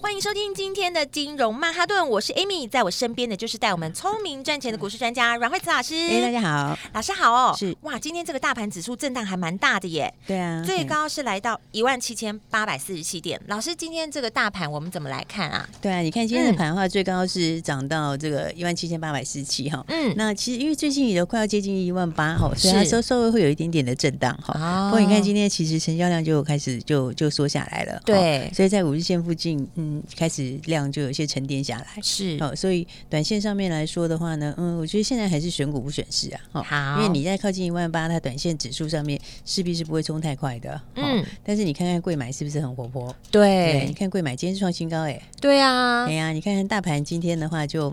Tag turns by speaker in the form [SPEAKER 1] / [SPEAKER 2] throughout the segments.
[SPEAKER 1] 欢迎收听今天的金融曼哈顿，我是 Amy，在我身边的就是带我们聪明赚钱的股市专家阮慧慈老师。
[SPEAKER 2] 哎、大家好，
[SPEAKER 1] 老师好哦，
[SPEAKER 2] 是
[SPEAKER 1] 哇，今天这个大盘指数震荡还蛮大的耶，
[SPEAKER 2] 对啊，
[SPEAKER 1] 最
[SPEAKER 2] 嘿
[SPEAKER 1] 高是来到一万七千八百四十七点。老师，今天这个大盘我们怎么来看啊？
[SPEAKER 2] 对啊，你看今天
[SPEAKER 1] 嗯
[SPEAKER 2] 的盘的话，最高是涨到这个一万七千八百四十七哈。
[SPEAKER 1] 嗯，
[SPEAKER 2] 那其实因为最近也都快要接近一万八哈，所以它
[SPEAKER 1] 是
[SPEAKER 2] 稍稍微会有一点点的震荡哈。
[SPEAKER 1] 哦
[SPEAKER 2] 不过你看今天其实成交量就开始就就缩下来了哈，
[SPEAKER 1] 对
[SPEAKER 2] 所以在五日线附近，嗯，开始量就有一些沉淀下来。
[SPEAKER 1] 是
[SPEAKER 2] 哦，所以短线上面来说的话呢，嗯，我觉得现在还是选股不选市啊，哈、
[SPEAKER 1] 好
[SPEAKER 2] 因为你在靠近一万八，它短线指数上面势必是不会冲太快的，
[SPEAKER 1] 嗯
[SPEAKER 2] 嗯，但是你看看贵买是不是很活泼？对，
[SPEAKER 1] 对
[SPEAKER 2] 你看贵买今天是创新高哎、
[SPEAKER 1] 对哎啊
[SPEAKER 2] 哎，呀，你看看大盘今天的话就。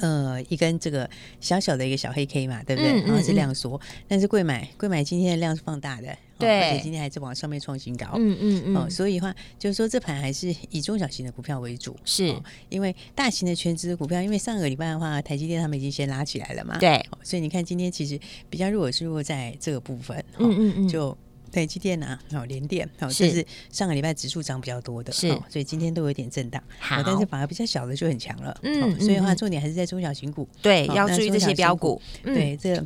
[SPEAKER 2] 呃，一根这个小小的一个小黑 K 嘛，对不对？
[SPEAKER 1] 嗯嗯
[SPEAKER 2] 然后是
[SPEAKER 1] 嗯
[SPEAKER 2] 量缩，但是贵买贵买今天的量是放大的，哦
[SPEAKER 1] 对
[SPEAKER 2] 而且今天还是往上面创新高，
[SPEAKER 1] 嗯嗯
[SPEAKER 2] 哦，
[SPEAKER 1] 嗯，
[SPEAKER 2] 所以的话就是说这盘还是以中小型的股票为主，
[SPEAKER 1] 是
[SPEAKER 2] 哦因为大型的全职股票，因为上个礼拜的话，台积电他们已经先拉起来了嘛，
[SPEAKER 1] 对，
[SPEAKER 2] 哦，所以你看今天其实比较弱是弱在这个部分，哦
[SPEAKER 1] 嗯嗯嗯，
[SPEAKER 2] 就台积电啊，哦，联电，哦，
[SPEAKER 1] 是
[SPEAKER 2] 这是上个礼拜指数涨比较多的，
[SPEAKER 1] 是
[SPEAKER 2] 哦所以今天都有点震荡，
[SPEAKER 1] 好
[SPEAKER 2] 哦但是反而比较小的就很强了，
[SPEAKER 1] 嗯
[SPEAKER 2] 哦所以的
[SPEAKER 1] 嗯
[SPEAKER 2] 话
[SPEAKER 1] 嗯
[SPEAKER 2] 重点还是在中小型股，
[SPEAKER 1] 对，
[SPEAKER 2] 哦
[SPEAKER 1] 要
[SPEAKER 2] 那
[SPEAKER 1] 注意这
[SPEAKER 2] 中小
[SPEAKER 1] 些
[SPEAKER 2] 型
[SPEAKER 1] 标股，嗯，
[SPEAKER 2] 对这个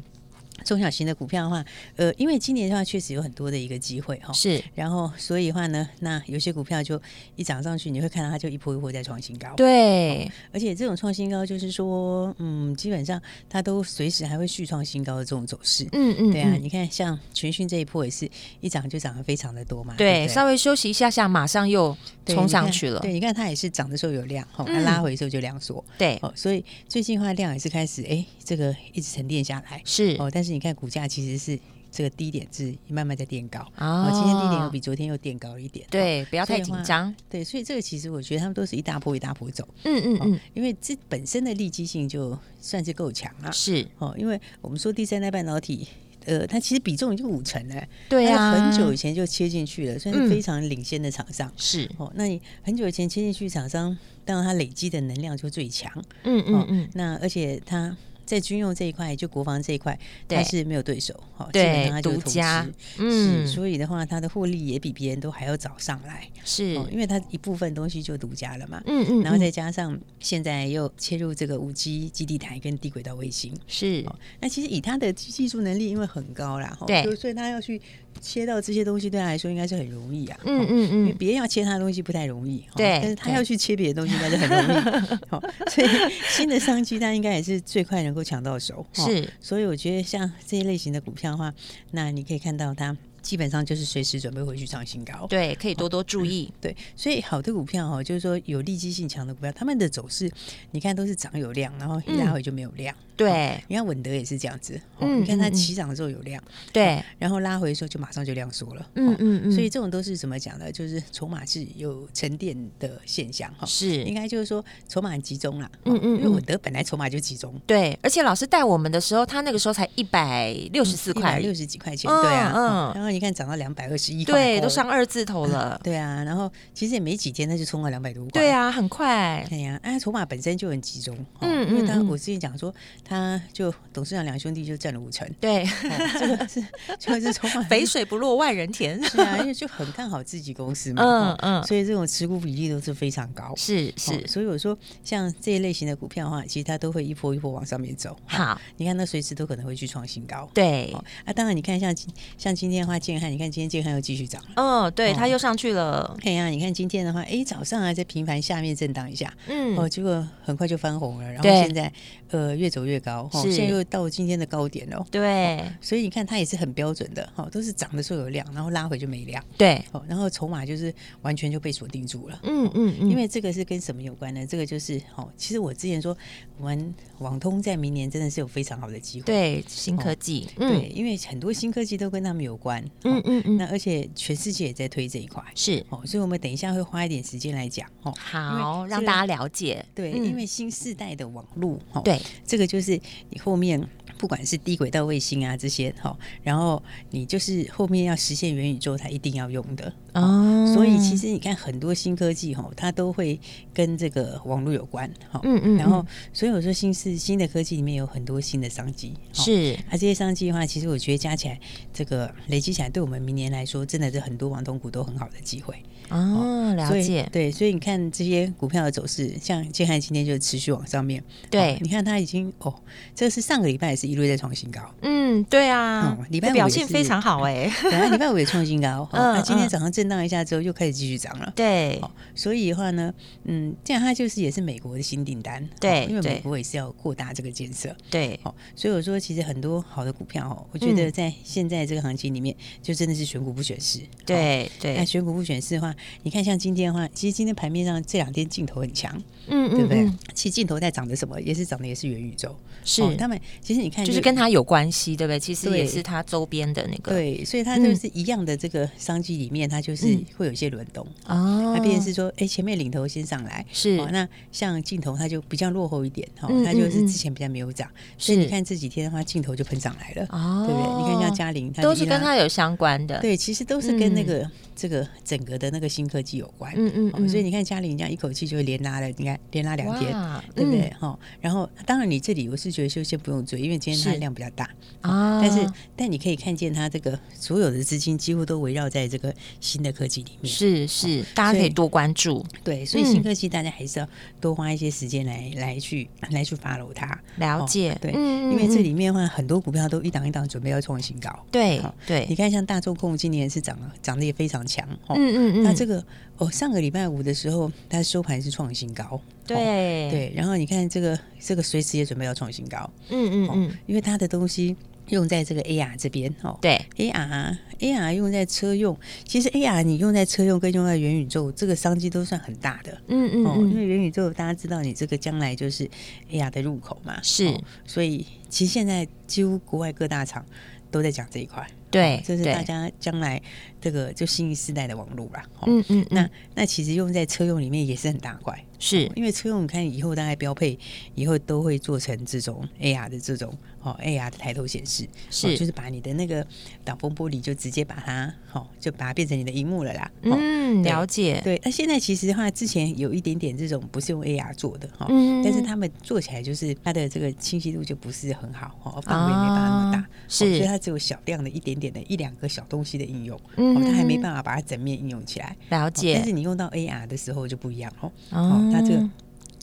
[SPEAKER 2] 中小型的股票的话，呃，因为今年的话确实有很多的一个机会哈，哦
[SPEAKER 1] 是，
[SPEAKER 2] 然后所以的话呢，那有些股票就一涨上去，你会看到它就一波一波在创新高，
[SPEAKER 1] 对，
[SPEAKER 2] 而且这种创新高就是说，嗯，基本上它都随时还会续创新高的这种走势。
[SPEAKER 1] 嗯嗯，
[SPEAKER 2] 对啊，
[SPEAKER 1] 嗯
[SPEAKER 2] 你看像群讯这一波也是一涨就涨得非常的多嘛，
[SPEAKER 1] 对，
[SPEAKER 2] 不
[SPEAKER 1] 稍微休息一下下，马上又
[SPEAKER 2] 对
[SPEAKER 1] 冲
[SPEAKER 2] 你
[SPEAKER 1] 上
[SPEAKER 2] 看
[SPEAKER 1] 去了，
[SPEAKER 2] 对，你看它也是涨的时候有量，哦，它
[SPEAKER 1] 嗯
[SPEAKER 2] 拉回的时候就量缩，
[SPEAKER 1] 对，
[SPEAKER 2] 哦，所以最近的话量也是开始，哎，这个一直沉淀下来，
[SPEAKER 1] 是
[SPEAKER 2] 哦，但是你看股价其实是这个低点是慢慢在垫高，
[SPEAKER 1] 啊
[SPEAKER 2] 哦，今天低点又比昨哦天又垫高一点，
[SPEAKER 1] 对，不要
[SPEAKER 2] 所
[SPEAKER 1] 太
[SPEAKER 2] 以的
[SPEAKER 1] 紧
[SPEAKER 2] 话
[SPEAKER 1] 张。
[SPEAKER 2] 对，所以这个其实我觉得他们都是一大波一大波走，
[SPEAKER 1] 嗯嗯
[SPEAKER 2] 哦
[SPEAKER 1] 嗯，，
[SPEAKER 2] 因为这本身的利基性就算是够强啊，
[SPEAKER 1] 是，
[SPEAKER 2] 哦，因为我们说第三代半导体。呃，它其实比重已经五成了，
[SPEAKER 1] 对
[SPEAKER 2] 它
[SPEAKER 1] 啊，
[SPEAKER 2] 很久以前就切进去了，算
[SPEAKER 1] 嗯
[SPEAKER 2] 是非常领先的厂商。
[SPEAKER 1] 是，
[SPEAKER 2] 哦，那你很久以前切进去厂商，当然它累积的能量就最强。
[SPEAKER 1] 嗯嗯
[SPEAKER 2] 哦
[SPEAKER 1] 嗯，
[SPEAKER 2] 那而且它在军用这一块，就国防这一块，
[SPEAKER 1] 对
[SPEAKER 2] 它是没有对手，哦，基本上
[SPEAKER 1] 对，
[SPEAKER 2] 它就
[SPEAKER 1] 独
[SPEAKER 2] 是同
[SPEAKER 1] 家
[SPEAKER 2] 时，
[SPEAKER 1] 嗯，
[SPEAKER 2] 是，所以的话，它的获利也比别人都还要早上来，
[SPEAKER 1] 是，
[SPEAKER 2] 哦，因为它一部分东西就独家了嘛。
[SPEAKER 1] 嗯嗯，
[SPEAKER 2] 然
[SPEAKER 1] 嗯
[SPEAKER 2] 后再加上现在又切入这个五 G 基地台跟低轨道卫星，
[SPEAKER 1] 是
[SPEAKER 2] 哦，那其实以它的技术能力，因为很高啦，哦
[SPEAKER 1] 对
[SPEAKER 2] 就所以它要去切到这些东西，对它来说应该是很容易啊。
[SPEAKER 1] 嗯
[SPEAKER 2] 哦因为
[SPEAKER 1] 嗯嗯，
[SPEAKER 2] 别人要切他的东西不太容易，哦
[SPEAKER 1] 对
[SPEAKER 2] 但是他
[SPEAKER 1] 对
[SPEAKER 2] 要去切别的东西，那就很容易。好、所以新的商机，他应该也是最快能够抢到手。哦
[SPEAKER 1] 是，
[SPEAKER 2] 所以我觉得像这一类型的股票的话，那你可以看到它基本上就是随时准备回去创新高。
[SPEAKER 1] 对，可以多多注意，
[SPEAKER 2] 对，所以好的股票哦，就是说有利基性强的股票，他们的走势你看都是涨有量，然后
[SPEAKER 1] 嗯
[SPEAKER 2] 一拉回就没有量。
[SPEAKER 1] 对
[SPEAKER 2] 你看稳德也是这样子，哦
[SPEAKER 1] 嗯
[SPEAKER 2] 你看它
[SPEAKER 1] 嗯嗯
[SPEAKER 2] 起涨的时候有量，
[SPEAKER 1] 对，
[SPEAKER 2] 然后拉回的时候就马上就量缩了。
[SPEAKER 1] 嗯
[SPEAKER 2] 哦
[SPEAKER 1] 嗯嗯，
[SPEAKER 2] 所以这种都是怎么讲呢？就是筹码是有沉淀的现象哈，哦应
[SPEAKER 1] 是。
[SPEAKER 2] 该就是说筹码很集中啦。
[SPEAKER 1] 嗯
[SPEAKER 2] 哦
[SPEAKER 1] 嗯
[SPEAKER 2] 因为我
[SPEAKER 1] 嗯
[SPEAKER 2] 德本来筹码就集中，
[SPEAKER 1] 对，而且老师带我们的时候，他那个时候才一百六十四
[SPEAKER 2] 一
[SPEAKER 1] 块
[SPEAKER 2] 百，六十几块钱，
[SPEAKER 1] 嗯
[SPEAKER 2] 对啊，
[SPEAKER 1] 嗯
[SPEAKER 2] 哦然后你看涨到两百二十一块，
[SPEAKER 1] 对，
[SPEAKER 2] 哦
[SPEAKER 1] 都上二字头了。
[SPEAKER 2] 对啊，然后其实也没几天，它就冲到两百多块，
[SPEAKER 1] 对。啊，很快。
[SPEAKER 2] 哎呀，哎，筹码本身就很集中，哦、
[SPEAKER 1] 嗯
[SPEAKER 2] 因为他
[SPEAKER 1] 嗯嗯
[SPEAKER 2] 我之前讲说，他就董事长两兄弟就占了五成，
[SPEAKER 1] 对，
[SPEAKER 2] 哦、 这个是就是筹码
[SPEAKER 1] 肥水不落外人田。
[SPEAKER 2] 是啊，因为就很看好自己公司嘛，
[SPEAKER 1] 嗯
[SPEAKER 2] 哦
[SPEAKER 1] 嗯
[SPEAKER 2] 所以这种持股比例都是非常高，
[SPEAKER 1] 是
[SPEAKER 2] 哦
[SPEAKER 1] 是，
[SPEAKER 2] 所以我说像这一类型的股票的话，其实它都会一波一波往上面走。哦，
[SPEAKER 1] 好，
[SPEAKER 2] 你看它随时都可能会去创新高。
[SPEAKER 1] 对，
[SPEAKER 2] 哦，啊，当然你看像今像今天的话，建汉，你看今天建汉又继续涨了。
[SPEAKER 1] 嗯，对，他
[SPEAKER 2] 哦
[SPEAKER 1] 又上去了。
[SPEAKER 2] 哎呀，你看今天的话，哎，早上还在平盘下面震荡一下，
[SPEAKER 1] 嗯，
[SPEAKER 2] 哦，结果很快就翻红了，然后
[SPEAKER 1] 对
[SPEAKER 2] 现在呃越走越高，哦，
[SPEAKER 1] 是
[SPEAKER 2] 现在又到今天的高点了哦。
[SPEAKER 1] 对
[SPEAKER 2] 所以你看它也是很标准的，哦，都是涨的时候有量，然后拉回就没量，
[SPEAKER 1] 对，
[SPEAKER 2] 哦，然后筹码就是完全就被锁定住了。
[SPEAKER 1] 嗯嗯嗯，
[SPEAKER 2] 因为这个是跟什么有关呢？这个就是哦，其实我之前说，我们网通在明年真的是有非常好的机会。
[SPEAKER 1] 对新科技，
[SPEAKER 2] 对，因为很多新科技都跟他们有关
[SPEAKER 1] 嗯
[SPEAKER 2] 嗯
[SPEAKER 1] 嗯
[SPEAKER 2] 那
[SPEAKER 1] 嗯，
[SPEAKER 2] 而且全世界也在推这一块
[SPEAKER 1] 是
[SPEAKER 2] 哦，所以我们等一下会花一点时间来讲哦。因
[SPEAKER 1] 好，
[SPEAKER 2] 为
[SPEAKER 1] 让
[SPEAKER 2] 这个
[SPEAKER 1] 大家了解。
[SPEAKER 2] 对，
[SPEAKER 1] 嗯
[SPEAKER 2] 因为新世代的网络，哦，
[SPEAKER 1] 对，
[SPEAKER 2] 这个就是你后面不管是低轨道卫星啊这些，哦，然后你就是后面要实现元宇宙，它一定要用的。
[SPEAKER 1] 哦
[SPEAKER 2] 所以其实你看很多新科技，哦，它都会跟这个网络有关，哦，
[SPEAKER 1] 嗯嗯，
[SPEAKER 2] 然后所以我说新是新的科技里面有很多新的商机，哦。
[SPEAKER 1] 是
[SPEAKER 2] 啊，这些商机的话，其实我觉得加起来，这个累积起来，对我们明年来说，真的是很多王通股都很好的机会。
[SPEAKER 1] 哦，了
[SPEAKER 2] 所以
[SPEAKER 1] 解，
[SPEAKER 2] 对，所以你看这些股票的走势，像建汉今天就持续往上面。
[SPEAKER 1] 对
[SPEAKER 2] 哦你看它已经哦，这是上个礼拜也是一路在创 新高，
[SPEAKER 1] 嗯，对啊
[SPEAKER 2] 嗯，礼拜五
[SPEAKER 1] 表
[SPEAKER 2] 也
[SPEAKER 1] 现
[SPEAKER 2] 是
[SPEAKER 1] 非常好哎，
[SPEAKER 2] 本来礼拜五也创新高，哦那、
[SPEAKER 1] 嗯
[SPEAKER 2] 今天
[SPEAKER 1] 嗯
[SPEAKER 2] 早上震荡一下之后又开始继续涨了。
[SPEAKER 1] 对
[SPEAKER 2] 哦，所以的话呢，嗯，这样它就是也是美国的新订单，哦
[SPEAKER 1] 对
[SPEAKER 2] 因为
[SPEAKER 1] 对
[SPEAKER 2] 美国也是要扩大这个建设，
[SPEAKER 1] 对，
[SPEAKER 2] 哦，所以我说其实很多好的股票哦，我觉得
[SPEAKER 1] 嗯
[SPEAKER 2] 在现在这个行情里面，就真的是选股不选市，哦
[SPEAKER 1] 对
[SPEAKER 2] 那
[SPEAKER 1] 对，
[SPEAKER 2] 选股不选市的话，你看像今天的话，其实今天盘面上这两天镜头很强，
[SPEAKER 1] 嗯
[SPEAKER 2] 对不哦对？
[SPEAKER 1] 嗯
[SPEAKER 2] 其实镜头在涨的什么，也是涨的也是元宇宙，
[SPEAKER 1] 是
[SPEAKER 2] 哦他们其实你看
[SPEAKER 1] 就是跟它有关系，对不对？其实也
[SPEAKER 2] 对
[SPEAKER 1] 是它周边的那个
[SPEAKER 2] 对，所以它
[SPEAKER 1] 嗯
[SPEAKER 2] 就是一样的这个商机里面，它就是
[SPEAKER 1] 嗯
[SPEAKER 2] 会有一些轮动。
[SPEAKER 1] 哦，
[SPEAKER 2] 那便是说，哎，前面领头先上来，
[SPEAKER 1] 是
[SPEAKER 2] 哦，那像镜头它就比较落后一点，哈、
[SPEAKER 1] 嗯
[SPEAKER 2] 哦，它就是
[SPEAKER 1] 嗯嗯
[SPEAKER 2] 之前比较没有涨，
[SPEAKER 1] 是
[SPEAKER 2] 所以你看这几天的话，镜头就喷上来了，
[SPEAKER 1] 哦，
[SPEAKER 2] 对不对？你看像嘉玲，它
[SPEAKER 1] 都
[SPEAKER 2] 一
[SPEAKER 1] 是
[SPEAKER 2] 拉
[SPEAKER 1] 跟它有相关的，，
[SPEAKER 2] 啊对，其实都是跟那个、这个整个的那个新科技有关。
[SPEAKER 1] 嗯嗯
[SPEAKER 2] 哦，
[SPEAKER 1] 嗯，
[SPEAKER 2] 所以你看嘉玲这样一口气就连拉了，你看连拉两天，
[SPEAKER 1] 哇
[SPEAKER 2] 对不对
[SPEAKER 1] 嗯？
[SPEAKER 2] 哈、然后当然你这里我是觉得就先不用追，因为今天它
[SPEAKER 1] 是
[SPEAKER 2] 量比较大，
[SPEAKER 1] 啊，
[SPEAKER 2] 哦但是但你可以看见它这个所有的资金几乎都围绕在这个新的科技里面。
[SPEAKER 1] 是是，大家
[SPEAKER 2] 嗯哦所
[SPEAKER 1] 可以
[SPEAKER 2] 以
[SPEAKER 1] 多关注，
[SPEAKER 2] 对，所以
[SPEAKER 1] 嗯
[SPEAKER 2] 新科技大家还是要多花一些时间来来去来去 follow 它，
[SPEAKER 1] 了解，
[SPEAKER 2] 哦对
[SPEAKER 1] 嗯
[SPEAKER 2] 因为
[SPEAKER 1] 嗯
[SPEAKER 2] 这。
[SPEAKER 1] 嗯
[SPEAKER 2] 里面的话很多股票都一档一档准备要创新高。
[SPEAKER 1] 对
[SPEAKER 2] 好你
[SPEAKER 1] 对，
[SPEAKER 2] 看像大众控今年是涨了，涨得也非常强哦。
[SPEAKER 1] 嗯
[SPEAKER 2] 那这
[SPEAKER 1] 个
[SPEAKER 2] 个哦，上个礼拜五的时候，它收盘是创新高，哦
[SPEAKER 1] 对，
[SPEAKER 2] 对，然后你看这个这个随时也准备要创新高，
[SPEAKER 1] 嗯嗯
[SPEAKER 2] 哦
[SPEAKER 1] 嗯，
[SPEAKER 2] 因为它的东西用在这个 AR 这边哦。
[SPEAKER 1] 对，
[SPEAKER 2] AR AR 用在车用，其实 AR 你用在车用跟用在元宇宙，这个商机都算很大的。
[SPEAKER 1] 嗯嗯
[SPEAKER 2] 哦，因
[SPEAKER 1] 嗯，
[SPEAKER 2] 为元宇宙大家知道，你这个将来就是 AR 的入口嘛，
[SPEAKER 1] 是
[SPEAKER 2] 哦所以其实现在几乎国外各大厂都在讲这一块，
[SPEAKER 1] 对，
[SPEAKER 2] 哦这是
[SPEAKER 1] 对
[SPEAKER 2] 大，家将来这个就新一世代的网络啦。哦
[SPEAKER 1] 嗯嗯，
[SPEAKER 2] 那
[SPEAKER 1] 嗯
[SPEAKER 2] 那其实用在车用里面也是很大块，
[SPEAKER 1] 是
[SPEAKER 2] 因为车用你看以后大概标配，以后都会做成这种 AR 的这种哦 AR 的抬头显示，哦
[SPEAKER 1] 是
[SPEAKER 2] 就是把你的那个挡风玻璃就直接把它哦就把它变成你的荧幕了啦。哦
[SPEAKER 1] 嗯，
[SPEAKER 2] 对
[SPEAKER 1] 了解，
[SPEAKER 2] 对，那现在其实的话，之前有一点点这种不是用 AR 做的哈，哦
[SPEAKER 1] 嗯
[SPEAKER 2] 但是他们做起来就是它的这个清晰度就不是很好哦，范围没办法那么大，
[SPEAKER 1] 啊
[SPEAKER 2] 哦
[SPEAKER 1] 是
[SPEAKER 2] 所以它只有小量的一点点的一两个小东西的应用，
[SPEAKER 1] 嗯
[SPEAKER 2] 哦，它还没
[SPEAKER 1] 哼
[SPEAKER 2] 办法把它整面应用起来。
[SPEAKER 1] 了
[SPEAKER 2] 哦但
[SPEAKER 1] 解
[SPEAKER 2] 是，你用到 AR 的时候就不一样哦。
[SPEAKER 1] 哦
[SPEAKER 2] 哦，它这个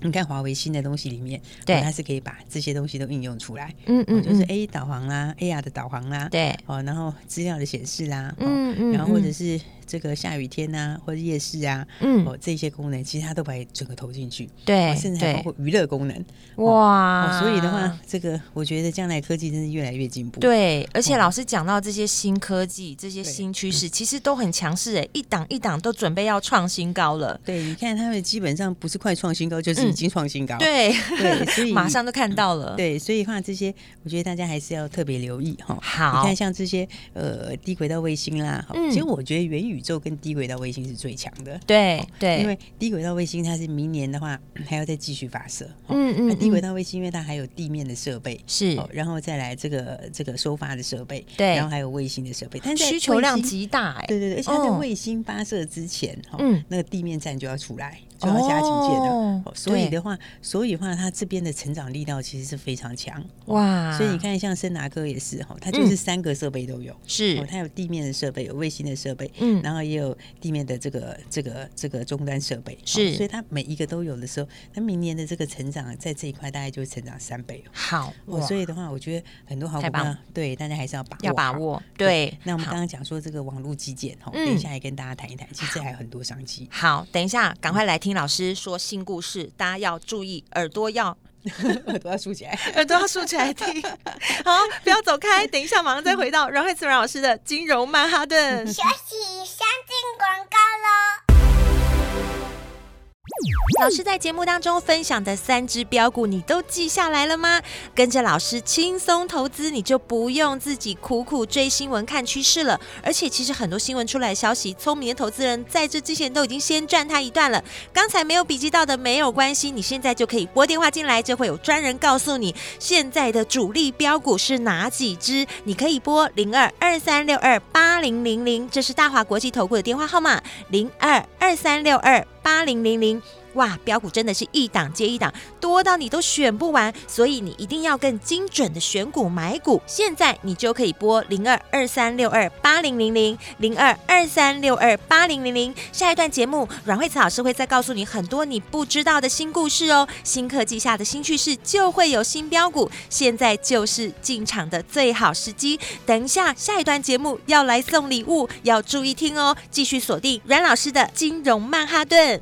[SPEAKER 2] 你看华为新的东西里面，
[SPEAKER 1] 对
[SPEAKER 2] 哦它是可以把这些东西都应用出来，
[SPEAKER 1] 嗯
[SPEAKER 2] 哦
[SPEAKER 1] 嗯，
[SPEAKER 2] 就是
[SPEAKER 1] 嗯
[SPEAKER 2] A 导航啦、AR 的导航啦，，
[SPEAKER 1] 对，
[SPEAKER 2] 哦，然后资料的显示啦，哦
[SPEAKER 1] 嗯嗯，
[SPEAKER 2] 然后或者
[SPEAKER 1] 嗯
[SPEAKER 2] 是这个下雨天啊，或者夜市啊，
[SPEAKER 1] 嗯，
[SPEAKER 2] 哦，这些功能其实它都把它整个投进去，
[SPEAKER 1] 对
[SPEAKER 2] 哦，甚至还
[SPEAKER 1] 对，
[SPEAKER 2] 包
[SPEAKER 1] 啊
[SPEAKER 2] 括娱乐功能
[SPEAKER 1] 哇
[SPEAKER 2] 哦，所以的话，，这个我觉得将来科技真是越来越进步，
[SPEAKER 1] 对，而且
[SPEAKER 2] 哦
[SPEAKER 1] 老师讲到这些新科技、这些
[SPEAKER 2] 对
[SPEAKER 1] 新趋势，其实都很强势欸诶，一档一档都准备要创新高了，
[SPEAKER 2] 对，你看他们基本上不是快创新高，就是已经创新高，
[SPEAKER 1] 嗯对，
[SPEAKER 2] 对， 所以
[SPEAKER 1] 马上都看到了，，
[SPEAKER 2] 对，所以话这些，我觉得大家还是要特别留意哈。
[SPEAKER 1] 好
[SPEAKER 2] 你看像这些呃低轨道卫星啦，哈
[SPEAKER 1] 嗯
[SPEAKER 2] 其实我觉得元宇宙跟低轨道卫星是最强的，
[SPEAKER 1] 对对，
[SPEAKER 2] 因为低轨道卫星它是明年的话还要再继续发射。哦
[SPEAKER 1] 嗯
[SPEAKER 2] 那
[SPEAKER 1] 嗯，
[SPEAKER 2] 低轨
[SPEAKER 1] 嗯
[SPEAKER 2] 道卫星，因为它还有地面的设备。
[SPEAKER 1] 是
[SPEAKER 2] 哦，然后再来这个这个收发的设备，
[SPEAKER 1] 对
[SPEAKER 2] 然后还有卫星的设备，但是在
[SPEAKER 1] 需求量
[SPEAKER 2] 卫星
[SPEAKER 1] 极大诶，
[SPEAKER 2] 对对对，而且它在
[SPEAKER 1] 哦
[SPEAKER 2] 卫星发射之前，哈、
[SPEAKER 1] 嗯
[SPEAKER 2] 那个地面站就要出来，就要加紧建了。
[SPEAKER 1] 哦
[SPEAKER 2] 哦所以
[SPEAKER 1] 对
[SPEAKER 2] 的话，所以的话，它这边的成长力道其实是非常强。
[SPEAKER 1] 哇，
[SPEAKER 2] 所以你看，像森达哥也是哈，它就是三个设备都有。哦
[SPEAKER 1] 嗯是，
[SPEAKER 2] 它有地面的设备，有卫星的设备，
[SPEAKER 1] 嗯
[SPEAKER 2] 然后也有地面的这个这个这个终端设备，哦
[SPEAKER 1] 是
[SPEAKER 2] 所以它每一个都有的时候，它明年的这个成长在这一块大概就会成长三倍
[SPEAKER 1] 好，
[SPEAKER 2] 哦。
[SPEAKER 1] 哇
[SPEAKER 2] 所以的话，我觉得很多好
[SPEAKER 1] 太
[SPEAKER 2] 股
[SPEAKER 1] 棒
[SPEAKER 2] 票，对大家还是要把握，
[SPEAKER 1] 要把。握，对，
[SPEAKER 2] 那我们
[SPEAKER 1] 好
[SPEAKER 2] 刚刚讲说这个网络基建，哦，
[SPEAKER 1] 嗯
[SPEAKER 2] 等一下也跟大家谈一谈，其实还有很多商 机。
[SPEAKER 1] 好，等一下，赶快来听老师说新故事，大家要注意，耳朵要
[SPEAKER 2] 我都要竖起来。
[SPEAKER 1] 耳朵要竖起来听。好，不要走开，等一下马上再回到阮慧慈阮老师的金融曼哈顿。
[SPEAKER 3] 学习先进广告喽。
[SPEAKER 1] 老师在节目当中分享的三只标股，你都记下来了吗？跟着老师轻松投资，你就不用自己苦苦追新闻看趋势了。而且其实很多新闻出来的消息，聪明的投资人在这之前都已经先赚它一段了。刚才没有笔记到的没有关系，你现在就可以拨电话进来，就会有专人告诉你现在的主力标股是哪几只。你可以拨零二二三六二八零零零，这是大华国际投顾的电话号码，零二二三六二八零零零。哇，标股真的是一档接一档，多到你都选不完，所以你一定要更精准的选股买股。现在你就可以拨零二二三六二八零零零零二二三六二八零零零。下一段节目，阮慧慈老师会再告诉你很多你不知道的新故事哦。新科技下的新趋势就会有新标股，现在就是进场的最好时机。等一下，下一段节目要来送礼物，要注意听哦。继续锁定阮老师的金融曼哈顿。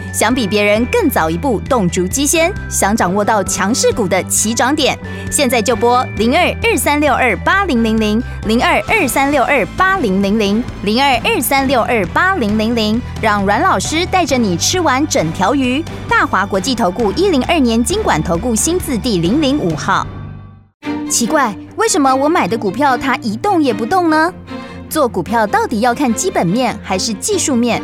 [SPEAKER 3] 想比别人更早一步动足机先，想掌握到强势股的起涨点，现在就拨零二二三六二八零零零零二二三六二八零零零零二二三六二八零零零，让阮老师带着你吃完整条鱼。大华国际投顾一零二年经管投顾新字第零零五号。奇怪，为什么我买的股票它一动也不动呢？做股票到底要看基本面，还是技术面，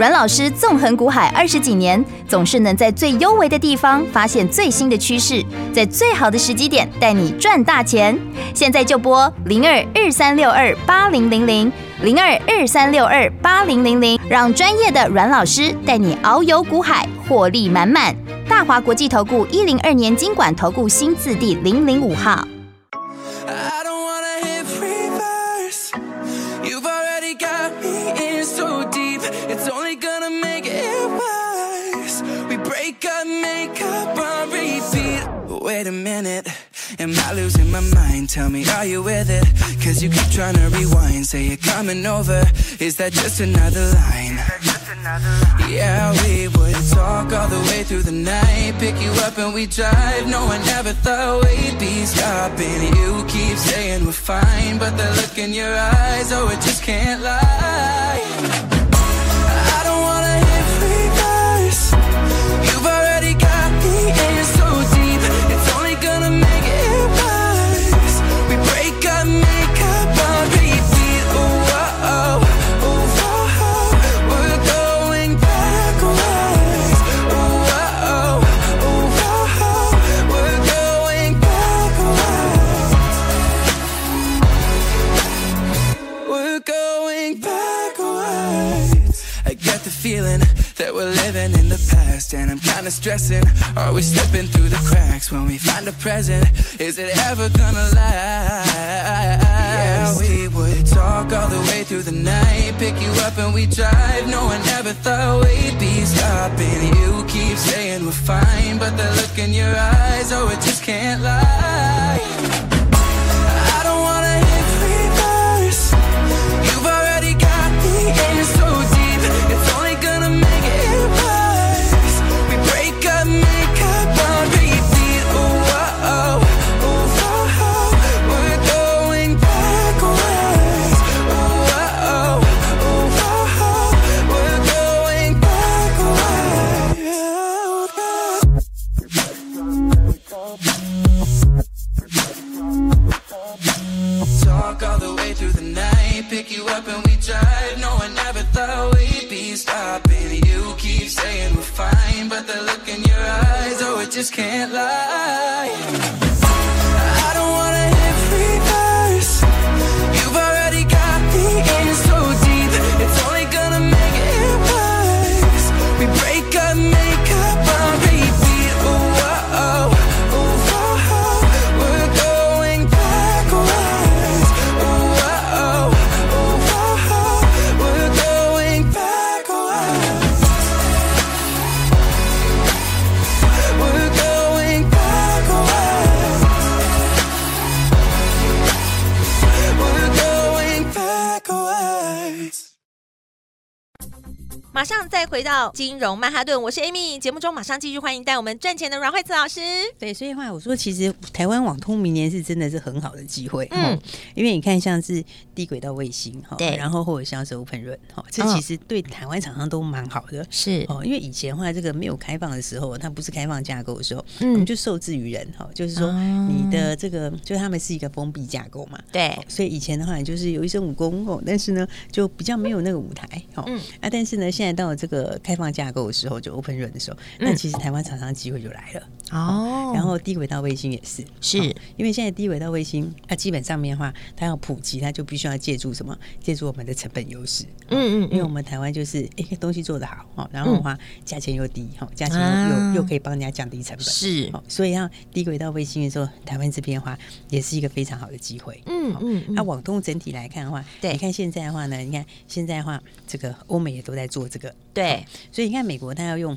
[SPEAKER 3] 阮老师纵横股海二十几年，总是能在最优微的地方发现最新的趋势，在最好的时机点带你赚大钱。现在就拨零二二三六二八零零零零二二三六二八零零零，让专业的阮老师带你遨游股海，获利满满。大华国际投顾一零二年经管投顾新字第零零五号。
[SPEAKER 4] I don't wanna hit reverse. You've already got me in so deep. It's only gonna make it worse. We break up, make up on repeat. Wait a minute. Am I losing my mind? Tell me, are you with it? Cause you keep trying to rewind. Say you're coming over. Is that just another line? Yeah, we would talk all the way through the night. Pick you up and we drive. No one ever thought we'd be stopping. You keep saying we're fine, but the look in your eyes, oh, it just can't lie. I don't wanna hit reverse. You've already got me in so deep. It's only gonna make it worse. We break up, make up on repeat. Oh, oh, oh, oh, oh, oh. We're going backwards. Oh, oh, oh, oh, oh, oh. We're going backwards. We're going backwards. I get the feeling that we're living in the past, and I'm kinda stressing. Are we slipping through the cracks when we find a present? Is it ever gonna last? Yeah, we would talk all the way through the night, pick you up and we drive. No one ever thought we'd be stopping. You keep saying we're fine, but the look in your eyes, oh, it just can't lie. I don't wanna hit reverse. You've already got me in so deep. It's only gonna make it worse. We break up, make up on repeat. Oh, oh, oh, oh, oh, oh. We're going backwards. Oh, oh, oh, oh, oh, oh. We're going backwards. Talk all the way through the night. Pick you up and we drive. No one ever thought we'd be stopping. You keep saying we're fine, but the look in your eyes, oh, it just can't lie. I don't wanna hit reverse. You've already got me in so deep. It's only gonna make it worse. We break up, make up on repeat. Oh, oh, oh, oh, oh, oh. We're going back.
[SPEAKER 1] 马上再回到金融曼哈顿，我是 Amy。节目中马上继续欢迎带我们赚钱的阮慧慈老师。
[SPEAKER 2] 对，所以话我说，其实台湾网通明年是真的是很好的机会，
[SPEAKER 1] 嗯
[SPEAKER 2] 嗯，因为你看像是低轨道卫星哈，
[SPEAKER 1] 对
[SPEAKER 2] 然后或者像是 Open Run 哈，这
[SPEAKER 1] 嗯
[SPEAKER 2] 其实对台湾厂商都蛮好的。
[SPEAKER 1] 是
[SPEAKER 2] 哦，因为以前的话，这个没有开放的时候，它不是开放架构的时候，
[SPEAKER 1] 嗯
[SPEAKER 2] 我们就受制于人哈、哦，就是说
[SPEAKER 1] 啊
[SPEAKER 2] 你的这个，就他们是一个封闭架构嘛，
[SPEAKER 1] 对
[SPEAKER 2] 哦所以以前的话，你就是有一身武功哦，但是呢，就比较没有那个舞台哦，
[SPEAKER 1] 嗯
[SPEAKER 2] 啊，但是呢，现在到了这个开放架构的时候，就 Open Run 的时候，那
[SPEAKER 1] 嗯
[SPEAKER 2] 其实台湾厂商机会就来了。
[SPEAKER 1] 哦
[SPEAKER 2] 然后低轨道卫星也是，
[SPEAKER 1] 是
[SPEAKER 2] 哦因为现在低轨道卫星，它基本上面的话，它要普及，它就必须要借助什么？借助我们的成本优势。
[SPEAKER 1] 嗯嗯
[SPEAKER 2] 因为
[SPEAKER 1] 嗯
[SPEAKER 2] 我们台湾就是哎、诶东西做得好哈，哦然后的话价钱又低哈，哦价钱又、
[SPEAKER 1] 啊
[SPEAKER 2] 又又可以帮人家降低成本，
[SPEAKER 1] 是
[SPEAKER 2] 哦所以要低轨道卫星的时候，台湾这边的话也是一个非常好的机会。
[SPEAKER 1] 嗯
[SPEAKER 2] 哦
[SPEAKER 1] 嗯嗯
[SPEAKER 2] 那、网通整体来看的话，
[SPEAKER 1] 对
[SPEAKER 2] 你看现在的话呢，你看现在的话，这个欧美也都在做这个，
[SPEAKER 1] 对
[SPEAKER 2] 所以你看美国它要用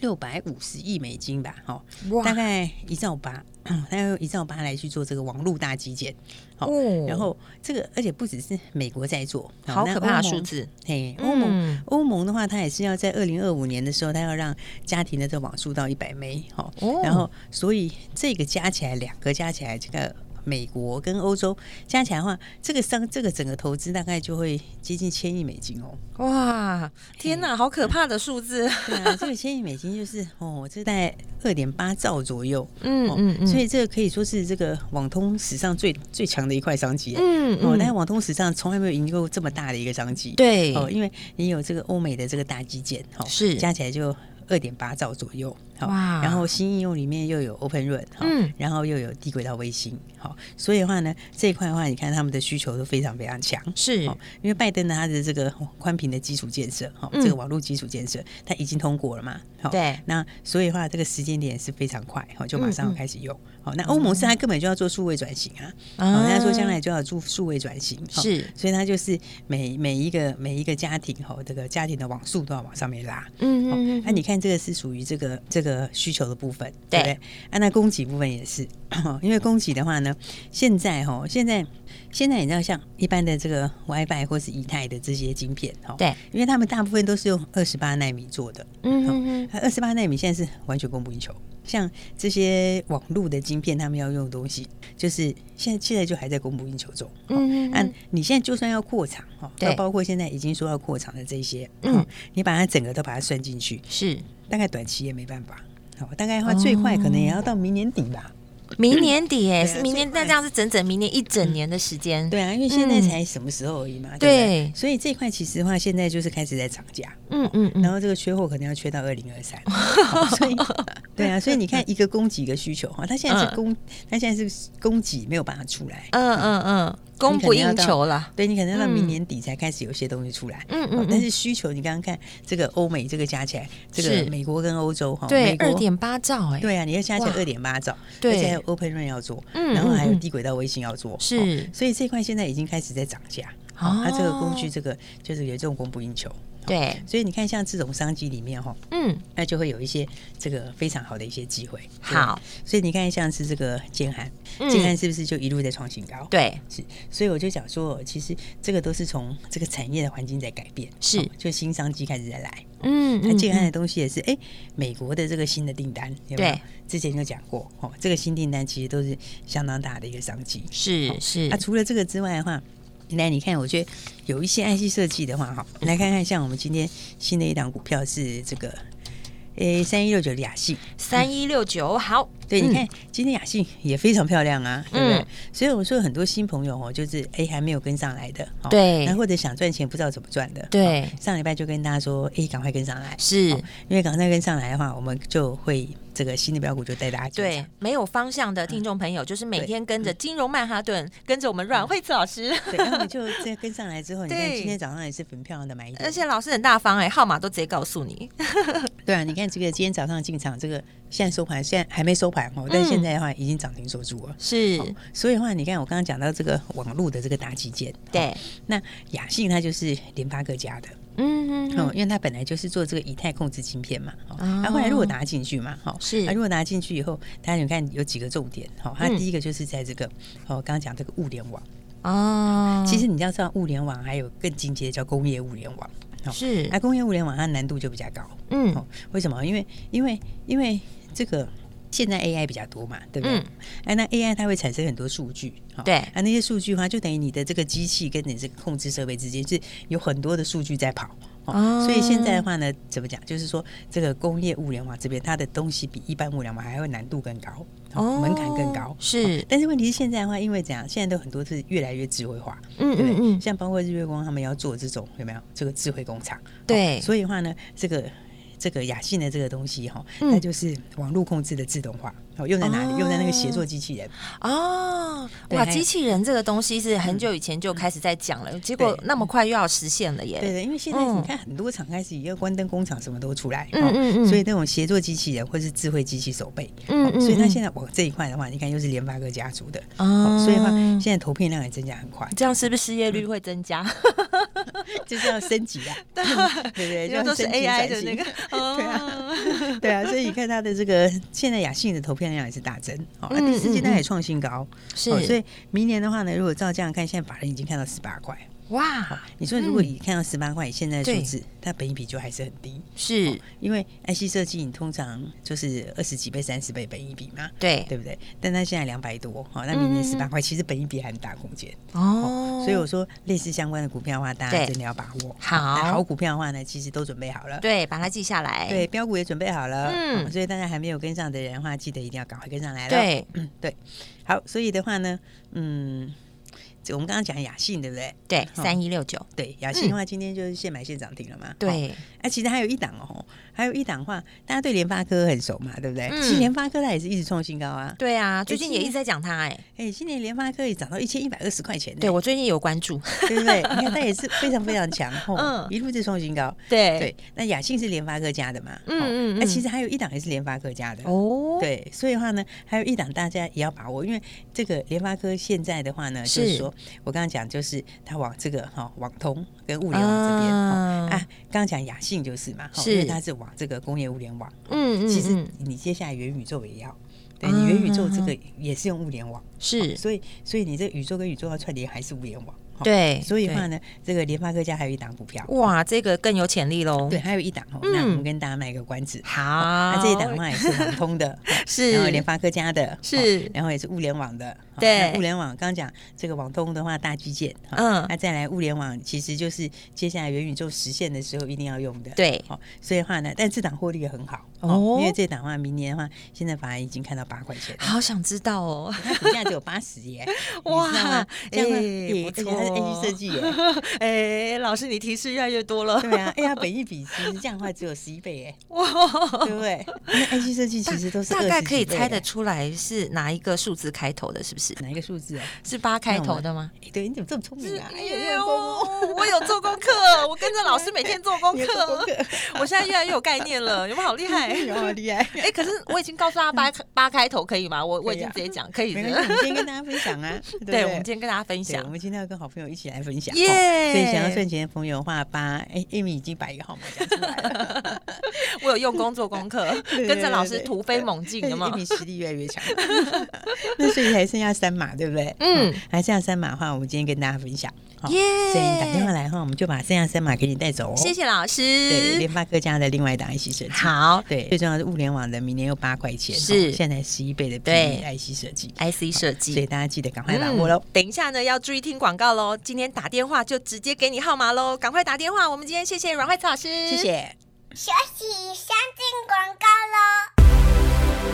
[SPEAKER 2] 六百五十亿美金吧，哈、
[SPEAKER 1] 哇
[SPEAKER 2] 大概一兆八， 它要用一兆八来去做这个网络大基建，好、
[SPEAKER 1] 哦
[SPEAKER 2] 然后这个而且不只是美国在做，哦
[SPEAKER 1] 好
[SPEAKER 2] 那
[SPEAKER 1] 可怕的
[SPEAKER 2] 欧盟
[SPEAKER 1] 数字
[SPEAKER 2] 嘿，
[SPEAKER 1] 嗯
[SPEAKER 2] 欧盟欧盟的话，它也是要在二零二五年的时候，它要让家庭的这网速到一百 m 哦
[SPEAKER 1] 哦，
[SPEAKER 2] 然后所以这个加起来两个加起来这个。美国跟欧洲加起来的话，这个商这个整个投资大概就会接近千亿美金哦。
[SPEAKER 1] 哇，天哪，好可怕的数字。
[SPEAKER 2] 对啊，这个千亿美金就是哦，这大概二点八兆左右。
[SPEAKER 1] 嗯
[SPEAKER 2] 哦
[SPEAKER 1] 嗯嗯
[SPEAKER 2] 所以这个可以说是这个网通史上最最强的一块商机。
[SPEAKER 1] 嗯
[SPEAKER 2] 哦，但是网通史上从来没有赢过这么大的一个商机。
[SPEAKER 1] 对
[SPEAKER 2] 哦，因为你有这个欧美的这个大基建，哦，
[SPEAKER 1] 是
[SPEAKER 2] 加起来就二点八兆左右。好
[SPEAKER 1] 哇
[SPEAKER 2] 然后新应用里面又有 Open Run，好
[SPEAKER 1] 嗯
[SPEAKER 2] 然后又有低轨道卫星，好，所以的话呢，这一块的话，你看他们的需求都非常非常强。
[SPEAKER 1] 是
[SPEAKER 2] 哦，因为拜登呢，他的这个哦宽频的基础建设，哈、
[SPEAKER 1] 嗯
[SPEAKER 2] 这个网络基础建设，它已经通过了嘛，好
[SPEAKER 1] 对
[SPEAKER 2] 那所以的话，这个时间点是非常快，哈、就
[SPEAKER 1] 嗯
[SPEAKER 2] 马
[SPEAKER 1] 哦
[SPEAKER 2] 上
[SPEAKER 1] 嗯
[SPEAKER 2] 开始用。好、那欧盟是它根本就要做数位转型啊，
[SPEAKER 1] 啊
[SPEAKER 2] 好，人家说将来就要做数位转型，哈
[SPEAKER 1] 是
[SPEAKER 2] 所以它就是每每一个每一个家庭，哈、这个家庭的网速都要往上面拉，
[SPEAKER 1] 嗯
[SPEAKER 2] 好
[SPEAKER 1] 嗯，
[SPEAKER 2] 那、你看这个是属于这个这个需求的部分，
[SPEAKER 1] 对
[SPEAKER 2] 对不对？啊，那供给部分也是， 因为供给的话呢，现在哈，现在现在你知道像一般的这个 WiFi 或是以太的这些晶片哈，
[SPEAKER 1] 对，
[SPEAKER 2] 因为他们大部分都是用二十八纳米做的，
[SPEAKER 1] 嗯嗯
[SPEAKER 2] 二十八纳米现在是完全供不应求。像这些网络的晶片，他们要用的东西，就是现在现在就还在供不应求中。哦
[SPEAKER 1] 嗯嗯
[SPEAKER 2] 啊，你现在就算要扩厂哈，
[SPEAKER 1] 对
[SPEAKER 2] 那包括现在已经说要扩厂的这些，
[SPEAKER 1] 嗯
[SPEAKER 2] 哦，你把它整个都把它算进去，
[SPEAKER 1] 是
[SPEAKER 2] 大概短期也没办法。好，大概的话最快可能也要到明年底吧。
[SPEAKER 1] 哦明年底耶，
[SPEAKER 2] 对啊
[SPEAKER 1] 是明年，
[SPEAKER 2] 最
[SPEAKER 1] 那
[SPEAKER 2] 快嗯
[SPEAKER 1] 这样是整整明年一整年的时间。
[SPEAKER 2] 对啊，因为现在才什么时候而已嘛。
[SPEAKER 1] 嗯
[SPEAKER 2] 对不
[SPEAKER 1] 对
[SPEAKER 2] 对，所以这一块其实的话，现在就是开始在涨价，
[SPEAKER 1] 嗯嗯
[SPEAKER 2] 然
[SPEAKER 1] 嗯，
[SPEAKER 2] 后这个缺货可能要缺到二零二三。好 所以，对啊，所以你看一个供给一个需求哈，它现在是
[SPEAKER 1] 嗯
[SPEAKER 2] 供，它现在是供给没有办法出来。
[SPEAKER 1] 嗯嗯嗯，供不应求了。
[SPEAKER 2] 对你可能要到
[SPEAKER 1] 嗯
[SPEAKER 2] 明年底才开始有些东西出来，
[SPEAKER 1] 嗯
[SPEAKER 2] 好
[SPEAKER 1] 嗯，
[SPEAKER 2] 但是需求你刚刚看这个欧美这个加起来，这
[SPEAKER 1] 是
[SPEAKER 2] 个美国跟欧洲哈，
[SPEAKER 1] 对
[SPEAKER 2] 哦美国
[SPEAKER 1] 二点八兆哎，
[SPEAKER 2] 对啊，你要加起来
[SPEAKER 1] 哇
[SPEAKER 2] 二点八兆，
[SPEAKER 1] 对
[SPEAKER 2] 而且还有 Open Run 要做，
[SPEAKER 1] 嗯
[SPEAKER 2] 然后还有
[SPEAKER 1] 嗯嗯
[SPEAKER 2] 低轨道卫星要做，
[SPEAKER 1] 是
[SPEAKER 2] 哦所以这块现在已经开始在涨价。
[SPEAKER 1] 哦
[SPEAKER 2] 哦，它这个工具，这哦个就是有这种供不应求，
[SPEAKER 1] 对，
[SPEAKER 2] 所以你看像这种商机里面哈，
[SPEAKER 1] 嗯
[SPEAKER 2] 那就会有一些这个非常好的一些机会。对
[SPEAKER 1] 好，
[SPEAKER 2] 所以你看像是这个建汉，
[SPEAKER 1] 嗯
[SPEAKER 2] 建汉是不是就一路在创新高？。
[SPEAKER 1] 对
[SPEAKER 2] 是，所以我就讲说，其实这个都是从这个产业的环境在改变，
[SPEAKER 1] 是
[SPEAKER 2] 哦就新商机开始在来。
[SPEAKER 1] 嗯
[SPEAKER 2] 哦那
[SPEAKER 1] 嗯
[SPEAKER 2] 建安的东西也是，哎、美国的这个新的订单，有没有
[SPEAKER 1] 对
[SPEAKER 2] 之前就讲过哦，这个新订单其实都是相当大的一个商机。
[SPEAKER 1] 是是
[SPEAKER 2] 那、除了这个之外的话，那你看，我觉得有一些 IC 设计的话，哈，
[SPEAKER 1] 嗯
[SPEAKER 2] 来看看，像我们今天新的一档股票是这个，诶、三一六九的雅信，
[SPEAKER 1] 三一六九，好，
[SPEAKER 2] 对，
[SPEAKER 1] 嗯
[SPEAKER 2] 你看今天雅信也非常漂亮啊，对不对？
[SPEAKER 1] 嗯
[SPEAKER 2] 所以我说很多新朋友哦，就是哎还没有跟上来的，哦
[SPEAKER 1] 对
[SPEAKER 2] 那或者想赚钱不知道怎么赚的，
[SPEAKER 1] 对
[SPEAKER 2] 哦上礼拜就跟大家说，哎，赶快跟上来，
[SPEAKER 1] 是
[SPEAKER 2] 哦因为赶快跟上来的话，我们就会这个新的标股就带大家进
[SPEAKER 1] 对
[SPEAKER 2] 场。
[SPEAKER 1] 没有方向的听众朋友，就是每
[SPEAKER 2] 嗯对
[SPEAKER 1] 天跟着金融曼哈顿，跟着我们阮惠慈老师。
[SPEAKER 2] 对，然后我们就这跟上来之后，你看
[SPEAKER 1] 对
[SPEAKER 2] 今天早上也是很漂亮的买一点，
[SPEAKER 1] 而且老师很大方哎、号码都直接告诉你。
[SPEAKER 2] 对啊，你看这个今天早上进场，这个现在收盘，现在还没收盘哦，但
[SPEAKER 1] 嗯
[SPEAKER 2] 现在的话已经涨停锁住了。
[SPEAKER 1] 是，
[SPEAKER 2] 所以的话，你看我刚刚讲到这个网络的这个大基建，
[SPEAKER 1] 对，
[SPEAKER 2] 哦那雅信它就是联发各家的，
[SPEAKER 1] 嗯
[SPEAKER 2] 哦，因为它本来就是做这个以太控制芯片嘛，哦，
[SPEAKER 1] 哦
[SPEAKER 2] 啊，后来如果拿进去嘛，哈、哦，
[SPEAKER 1] 是
[SPEAKER 2] 啊，如果拿进去以后，大家你看有几个重点，好、哦，它
[SPEAKER 1] 嗯
[SPEAKER 2] 第一个就是在这个，哦，刚刚讲这个物联网，
[SPEAKER 1] 哦，
[SPEAKER 2] 其实你要知道物联网还有更进阶叫工业物联网，哦
[SPEAKER 1] 是
[SPEAKER 2] 那工业物联网它难度就比较高。
[SPEAKER 1] 嗯
[SPEAKER 2] 哦，为什么？因为因为因为这个现在 AI 比较多嘛，对不对
[SPEAKER 1] 嗯？
[SPEAKER 2] 哎、那 AI 它会产生很多数据，哦
[SPEAKER 1] 对
[SPEAKER 2] 啊，那些数据的话，就等于你的这个机器跟你这个控制设备之间是有很多的数据在跑。
[SPEAKER 1] 哦
[SPEAKER 2] 哦，所以现在的话呢，怎么讲？就是说，这个工业物联网这边，它的东西比一般物联网还会难度更高，
[SPEAKER 1] 哦
[SPEAKER 2] 门槛更高。哦
[SPEAKER 1] 是
[SPEAKER 2] 但是问题是现在的话，因为怎样？现在都很多是越来越智慧化，
[SPEAKER 1] 嗯
[SPEAKER 2] 对不对
[SPEAKER 1] 嗯嗯
[SPEAKER 2] 像包括日月光他们要做这种有没有这个智慧工厂？
[SPEAKER 1] 对
[SPEAKER 2] 哦所以的话呢，这个这个雅信的这个东西哈、
[SPEAKER 1] 嗯
[SPEAKER 2] 那就是网络控制的自动化，哦，用在哪里？
[SPEAKER 1] 哦
[SPEAKER 2] 用在那个协作机器人。
[SPEAKER 1] 哦，
[SPEAKER 2] 对
[SPEAKER 1] 哇，
[SPEAKER 2] 还
[SPEAKER 1] 机器人这个东西是很久以前就开始在讲了，结果
[SPEAKER 2] 对
[SPEAKER 1] 那么快又要实现了耶。
[SPEAKER 2] 嗯对对，因为现在
[SPEAKER 1] 嗯
[SPEAKER 2] 你看很多厂开始也要关灯工厂什么都出来，哦
[SPEAKER 1] 嗯嗯嗯
[SPEAKER 2] 所以那种协作机器人或是智慧机器手背，
[SPEAKER 1] 嗯
[SPEAKER 2] 哦
[SPEAKER 1] 嗯
[SPEAKER 2] 所以它
[SPEAKER 1] 嗯
[SPEAKER 2] 现在往这一块的话，你看又是联发科家族的，
[SPEAKER 1] 哦
[SPEAKER 2] 所以的话现在投片量也增加 很快，
[SPEAKER 1] 这样是不是失业率会增加？
[SPEAKER 2] 就是要升级啊， 对 对对，
[SPEAKER 1] 因为都是
[SPEAKER 2] 升级
[SPEAKER 1] AI 的
[SPEAKER 2] 转
[SPEAKER 1] 那
[SPEAKER 2] 型
[SPEAKER 1] 个 哦
[SPEAKER 2] 对啊，对啊，所以你看它的这个现在雅信的投片量也是大增哦，那
[SPEAKER 1] 嗯
[SPEAKER 2] 第四季
[SPEAKER 1] 嗯
[SPEAKER 2] 大概
[SPEAKER 1] 嗯
[SPEAKER 2] 也创新高，
[SPEAKER 1] 是
[SPEAKER 2] 哦所以明年的话呢，如果照这样看，现在法人已经看到十八块，
[SPEAKER 1] 哇，
[SPEAKER 2] 你说
[SPEAKER 1] 嗯
[SPEAKER 2] 如果你看到十八块，现在的数字，它本益比就还是很低，
[SPEAKER 1] 是
[SPEAKER 2] 因为 IC 设计你通常就是二十几倍、三十倍本益比嘛。
[SPEAKER 1] 对
[SPEAKER 2] 对不对？但它现在两百多，好、那明
[SPEAKER 1] 嗯嗯嗯
[SPEAKER 2] 年十八块，其实本益比还很大空间。
[SPEAKER 1] 哦，
[SPEAKER 2] 所以我说，类似相关的股票的话，大家
[SPEAKER 1] 对
[SPEAKER 2] 真的要把握。
[SPEAKER 1] 好
[SPEAKER 2] 那好股票的话呢，其实都准备好了。
[SPEAKER 1] 对把它记下来，
[SPEAKER 2] 对，标股也准备好了，
[SPEAKER 1] 哎嗯
[SPEAKER 2] 嗯，所以大家还没有跟上的人的话，记得一定要赶快跟上来了。，
[SPEAKER 1] 对
[SPEAKER 2] 嗯，对，好，所以的话呢，嗯，这我们刚刚讲雅信，对不对？
[SPEAKER 1] 对，
[SPEAKER 2] 哦
[SPEAKER 1] 三一六九，
[SPEAKER 2] 对，雅信的话，今天就是现买现涨停了嘛。哦，
[SPEAKER 1] 嗯对，
[SPEAKER 2] 哎、其实还有一档哦，还有一档的话，大家对联发科很熟嘛，对不对？
[SPEAKER 1] 嗯
[SPEAKER 2] 其实联发科它也是一直创新高啊。
[SPEAKER 1] 对啊，最近
[SPEAKER 2] 今
[SPEAKER 1] 也一
[SPEAKER 2] 天
[SPEAKER 1] 直在讲它，哎，
[SPEAKER 2] 哎，今年联发科也涨到一千一百二十块钱呢，
[SPEAKER 1] 对我最近有关注，
[SPEAKER 2] 对不对？你看它也是非常非常 强，
[SPEAKER 1] 嗯
[SPEAKER 2] 哦，一路是创新高。
[SPEAKER 1] 对
[SPEAKER 2] 对，那雅信是联发科家的嘛？
[SPEAKER 1] 嗯
[SPEAKER 2] 哦
[SPEAKER 1] 嗯
[SPEAKER 2] 那、
[SPEAKER 1] 嗯
[SPEAKER 2] 其实还有一档也是联发科家的。
[SPEAKER 1] 哦，
[SPEAKER 2] 对，所以的话呢，还有一档大家也要把握，因为这个联发科现在的话呢，
[SPEAKER 1] 是
[SPEAKER 2] 就是说我刚刚讲，就是它往这个哈、网通跟物联网这边
[SPEAKER 1] 啊
[SPEAKER 2] 哈啊，刚刚讲雅信就是嘛，哈
[SPEAKER 1] 是
[SPEAKER 2] 因为它是往这个工业物联网。
[SPEAKER 1] 嗯嗯，
[SPEAKER 2] 其实
[SPEAKER 1] 嗯
[SPEAKER 2] 你接下来元宇宙也要，对
[SPEAKER 1] 啊
[SPEAKER 2] 你元宇宙这个也是用物联网，
[SPEAKER 1] 是，
[SPEAKER 2] 所以所以你这宇宙跟宇宙要串联还是物联网。哈
[SPEAKER 1] 对
[SPEAKER 2] 所以的
[SPEAKER 1] 对
[SPEAKER 2] 话呢，这个联发科家还有一档股票，
[SPEAKER 1] 哇，这个更有潜力喽，
[SPEAKER 2] 对，，还有一档哦，
[SPEAKER 1] 嗯
[SPEAKER 2] 那我们跟大家卖个关子。
[SPEAKER 1] 好，
[SPEAKER 2] 那这一档的话也是网通的，
[SPEAKER 1] 是
[SPEAKER 2] 然后联发科家的，
[SPEAKER 1] 是
[SPEAKER 2] 哦然后也是物联网的，哦
[SPEAKER 1] 对
[SPEAKER 2] 那物联网刚刚讲这个网通的话，大基建，哦
[SPEAKER 1] 嗯
[SPEAKER 2] 那再来物联网，其实就是接下来元宇宙实现的时候一定要用的，
[SPEAKER 1] 对
[SPEAKER 2] 哦，所以的话呢，但这档获利也很好
[SPEAKER 1] 哦
[SPEAKER 2] 因为这档的话，明年的话，现在反而已经看到八块钱 了，
[SPEAKER 1] 好想知道 哦，
[SPEAKER 2] 它股价只有八十耶，
[SPEAKER 1] 哇
[SPEAKER 2] 你知道吗这样
[SPEAKER 1] 哎
[SPEAKER 2] 呢，耶
[SPEAKER 1] 不
[SPEAKER 2] 而且它
[SPEAKER 1] 错
[SPEAKER 2] 是 A 设 计耶，
[SPEAKER 1] 哎，老师你提示越来越多了，
[SPEAKER 2] 对啊，哎呀，本益比其实这样的话只有十一倍耶，对不对？那 IC 设计其实都 是
[SPEAKER 1] 大概
[SPEAKER 2] 20
[SPEAKER 1] 可以
[SPEAKER 2] 几倍
[SPEAKER 1] 猜得
[SPEAKER 2] 耶
[SPEAKER 1] 出来是哪一个数字开头的，是不是？
[SPEAKER 2] 哪一个数字啊？
[SPEAKER 1] 是八开头的吗？
[SPEAKER 2] 哎，对，你怎么这么聪明啊？哎有没
[SPEAKER 1] 哎
[SPEAKER 2] 有
[SPEAKER 1] 呦
[SPEAKER 2] 功哦？
[SPEAKER 1] 我有做功课，我跟着老师每天做 功
[SPEAKER 2] 你有做功
[SPEAKER 1] 课
[SPEAKER 2] 课，
[SPEAKER 1] 我现在越来越有概念了，有没有好厉害？
[SPEAKER 2] 哎呦，好 厉害！
[SPEAKER 1] 哎，可是我已经告诉他八开八开头可以吗？我我已
[SPEAKER 2] 可以
[SPEAKER 1] 经
[SPEAKER 2] 啊
[SPEAKER 1] 直接讲可以
[SPEAKER 2] 没关
[SPEAKER 1] 的。
[SPEAKER 2] 系，我们今天跟大家分 享啊，对不
[SPEAKER 1] 对，
[SPEAKER 2] 对
[SPEAKER 1] 我们今天跟大家分
[SPEAKER 2] 对我
[SPEAKER 1] 享，
[SPEAKER 2] 们今天要跟好朋友一起来分享，
[SPEAKER 1] 耶
[SPEAKER 2] 哦所以想要赚钱的朋友的话，八哎，Amy 已经把一个号码讲出来了，
[SPEAKER 1] 我有用功做功课，
[SPEAKER 2] 对
[SPEAKER 1] 跟着老师
[SPEAKER 2] 对对
[SPEAKER 1] 突飞猛进，有没有？
[SPEAKER 2] Amy 实力越来越强， 那所以还剩下三码，对不对？
[SPEAKER 1] 嗯
[SPEAKER 2] 哦，还剩下三码的话，我们今天跟大家分享，哦
[SPEAKER 1] 耶
[SPEAKER 2] 所以你打电话来哈，我们就把剩下三码给你带 走哦。
[SPEAKER 1] 谢。谢老
[SPEAKER 2] 对，
[SPEAKER 1] 师
[SPEAKER 2] 联。发科家的另外一档 IC 设计，
[SPEAKER 1] 好
[SPEAKER 2] 对，最重要是物联网的，明年又八块钱，
[SPEAKER 1] 是
[SPEAKER 2] 哦现在十一倍的
[SPEAKER 1] 对
[SPEAKER 2] PE IC 设计，
[SPEAKER 1] ，IC 设计
[SPEAKER 2] 所以大家记得赶快把握喽。
[SPEAKER 1] 嗯等一下呢，要注意听广告喽。今天打电话就直接给你号码喽，赶快打电话。我们今天谢谢阮慧慈老师，
[SPEAKER 2] 谢谢。
[SPEAKER 5] 休息，先进广告喽。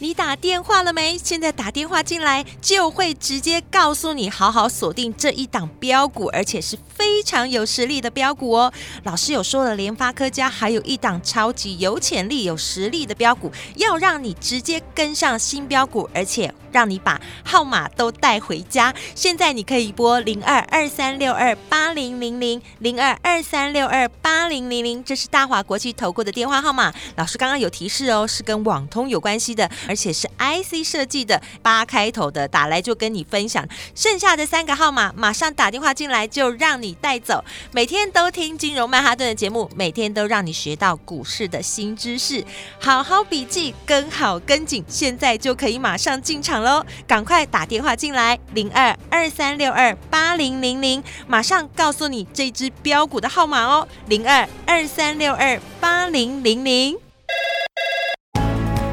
[SPEAKER 1] 你打电话了没？现在打电话进来就会直接告诉你，好好锁定这一档标股，而且是非常有实力的标股哦。老师有说了，联发科家还有一档超级有潜力、有实力的标股，要让你直接跟上新标股，而且让你把号码都带回家。现在你可以拨零二二三六二八零零零零二二三六二八零零零，这是大华国际投顾的电话号码。老师刚刚有提示哦，是跟网通有关系的，而而且是 IC 设计的八开头的，打来就跟你分享。剩下的三个号码马上打电话进来，就让你带走。每天都听金融曼哈顿的节目，每天都让你学到股市的新知识。好好笔记，跟好跟紧，现在就可以马上进场喽！赶快打电话进来，零二二三六二八零零零，马上告诉你这只标股的号码哦，零二二三六二八零零零。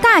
[SPEAKER 3] 大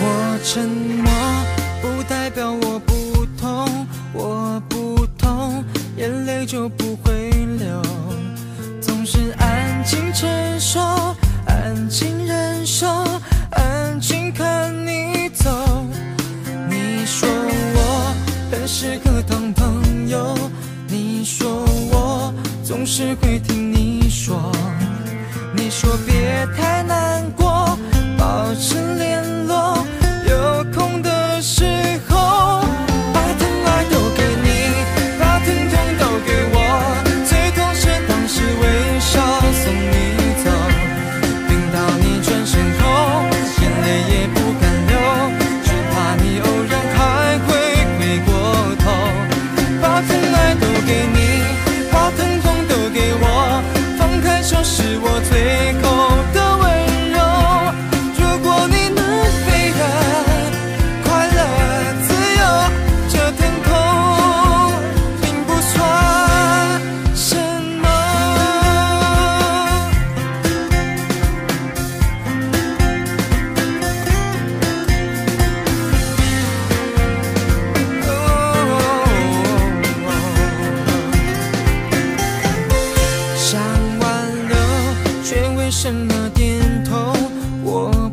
[SPEAKER 4] 我沉默，不代表我不痛，我不痛，眼泪就不会流。总是安静承受，安静忍受，安静看你走。你说我很适合当朋友，你说我总是会听你说。你说别太难过，保持联络，有空的时候，把疼爱都给你，把疼痛都给我，最痛是当时微笑送你走，等到你转身后，眼泪也不敢流，只怕你偶然还会回过头。把疼爱都给你，把疼痛都给我，放开手是我最后的温柔。如果你能飞得快乐自由，这疼痛并不算什么。想挽留，却为什么点头？我